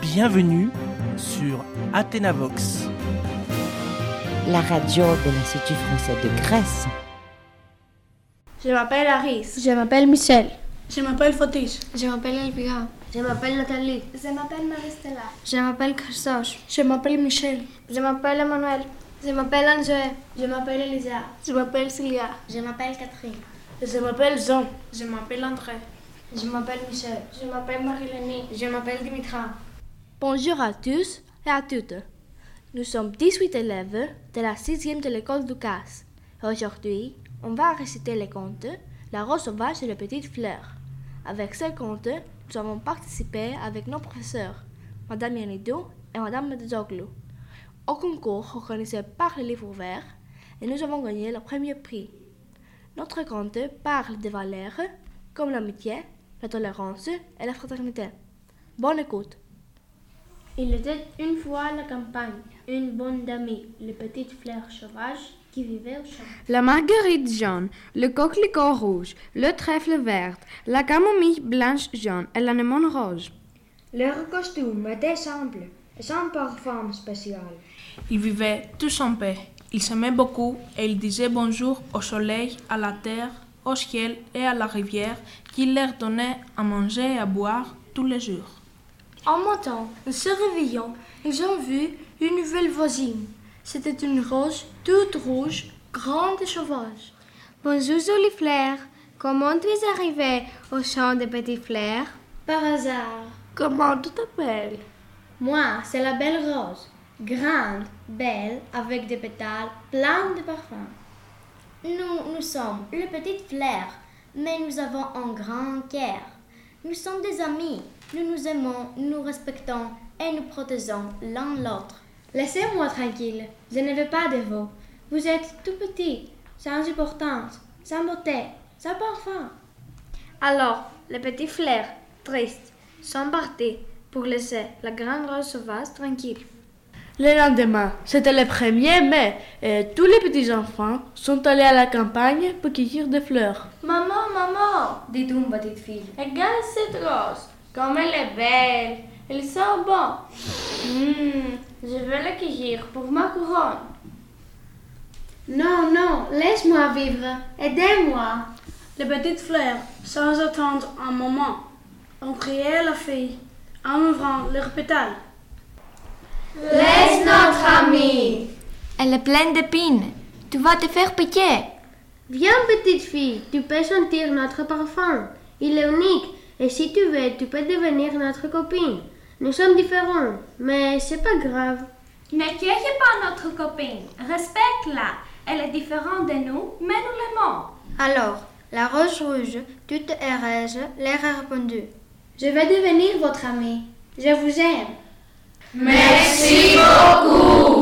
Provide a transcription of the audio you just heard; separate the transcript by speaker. Speaker 1: bienvenue sur Athénavox.
Speaker 2: la radio de l'Institut français de Grèce.
Speaker 3: Je m'appelle Aris.
Speaker 4: Je m'appelle Michel.
Speaker 3: Je m'appelle Fotis.
Speaker 5: Je m'appelle Elvira.
Speaker 4: Je m'appelle Nathalie.
Speaker 3: Je m'appelle Maristella.
Speaker 5: Je m'appelle Christos.
Speaker 3: Je m'appelle Michel.
Speaker 5: Je m'appelle Emmanuel. Je m'appelle Angèle.
Speaker 3: Je m'appelle Elisa. Je m'appelle Sylvia.
Speaker 4: Je m'appelle Catherine.
Speaker 3: Je m'appelle Jean. Je m'appelle André.
Speaker 5: Je m'appelle Michel.
Speaker 3: Je m'appelle Marilene.
Speaker 5: Je m'appelle Dimitra.
Speaker 4: Bonjour à tous et à toutes. Nous sommes 18 élèves de la 6e de l'école du CAS. Et Aujourd'hui, on va réciter les contes La rose sauvage et les petites fleurs. Avec ces contes, nous avons participé avec nos professeurs, Madame Yanidou et Madame Medzoglou, au concours organisé par le Livre Ouvert et nous avons gagné le premier prix. Notre conte parle des valeurs comme l'amitié, la tolérance et la fraternité. Bonne écoute!
Speaker 6: Il était une fois à la campagne, une bande d'amis, les petites fleurs sauvages qui vivaient au champ.
Speaker 7: La marguerite jaune, le coquelicot rouge, le trèfle vert, la camomille blanche jaune et l'anémone rouge.
Speaker 8: Leur costume était simple, sans parfum spécial.
Speaker 9: Ils vivaient tous en paix. Ils s'aimaient beaucoup et ils disaient bonjour au soleil, à la terre, au ciel et à la rivière qui leur donnait à manger et à boire tous les jours.
Speaker 5: En montant, en se réveillant, ils ont vu une nouvelle voisine. C'était une rose toute rouge, grande et sauvage.
Speaker 6: Bonjour jolie fleur, comment tu es arrivée au champ des petites fleurs
Speaker 3: Par hasard.
Speaker 5: Comment tu t'appelles
Speaker 6: Moi, c'est la belle rose, grande, belle, avec des pétales pleins de parfums. Nous, nous sommes les petites fleurs, mais nous avons un grand cœur. Nous sommes des amis, nous nous aimons, nous respectons et nous protégeons l'un l'autre. Laissez-moi tranquille, je ne veux pas de vous. Vous êtes tout petit, sans importance, sans beauté, sans parfum.
Speaker 5: Alors, les petites fleurs, tristes, sont partis pour laisser la grande rose sauvage tranquille.
Speaker 10: Le lendemain, c'était le 1er mai, et tous les petits-enfants sont allés à la campagne pour cueillir des fleurs.
Speaker 3: Maman, maman, dit une petite fille. Regarde cette rose, comme elle est belle. Elle sent bon. Hmm, je vais l'accueillir pour ma couronne.
Speaker 6: Non, non, laisse-moi vivre, aidez-moi.
Speaker 3: Les petites fleurs, sans attendre un moment, ont crié à la fille en ouvrant leurs pétales.
Speaker 6: Laisse notre ami.
Speaker 5: Elle est pleine d'épines. Tu vas te faire piquer.
Speaker 6: Viens, petite fille, tu peux sentir notre parfum. Il est unique et si tu veux, tu peux devenir notre copine. Nous sommes différents, mais c'est pas grave.
Speaker 3: Ne cueillez pas notre copine, respecte-la. Elle est différente de nous, mais nous l'aimons.
Speaker 5: Alors, la rose rouge, toute heureuse, l'air a répondu.
Speaker 6: Je vais devenir votre amie. Je vous aime.
Speaker 3: Merci beaucoup.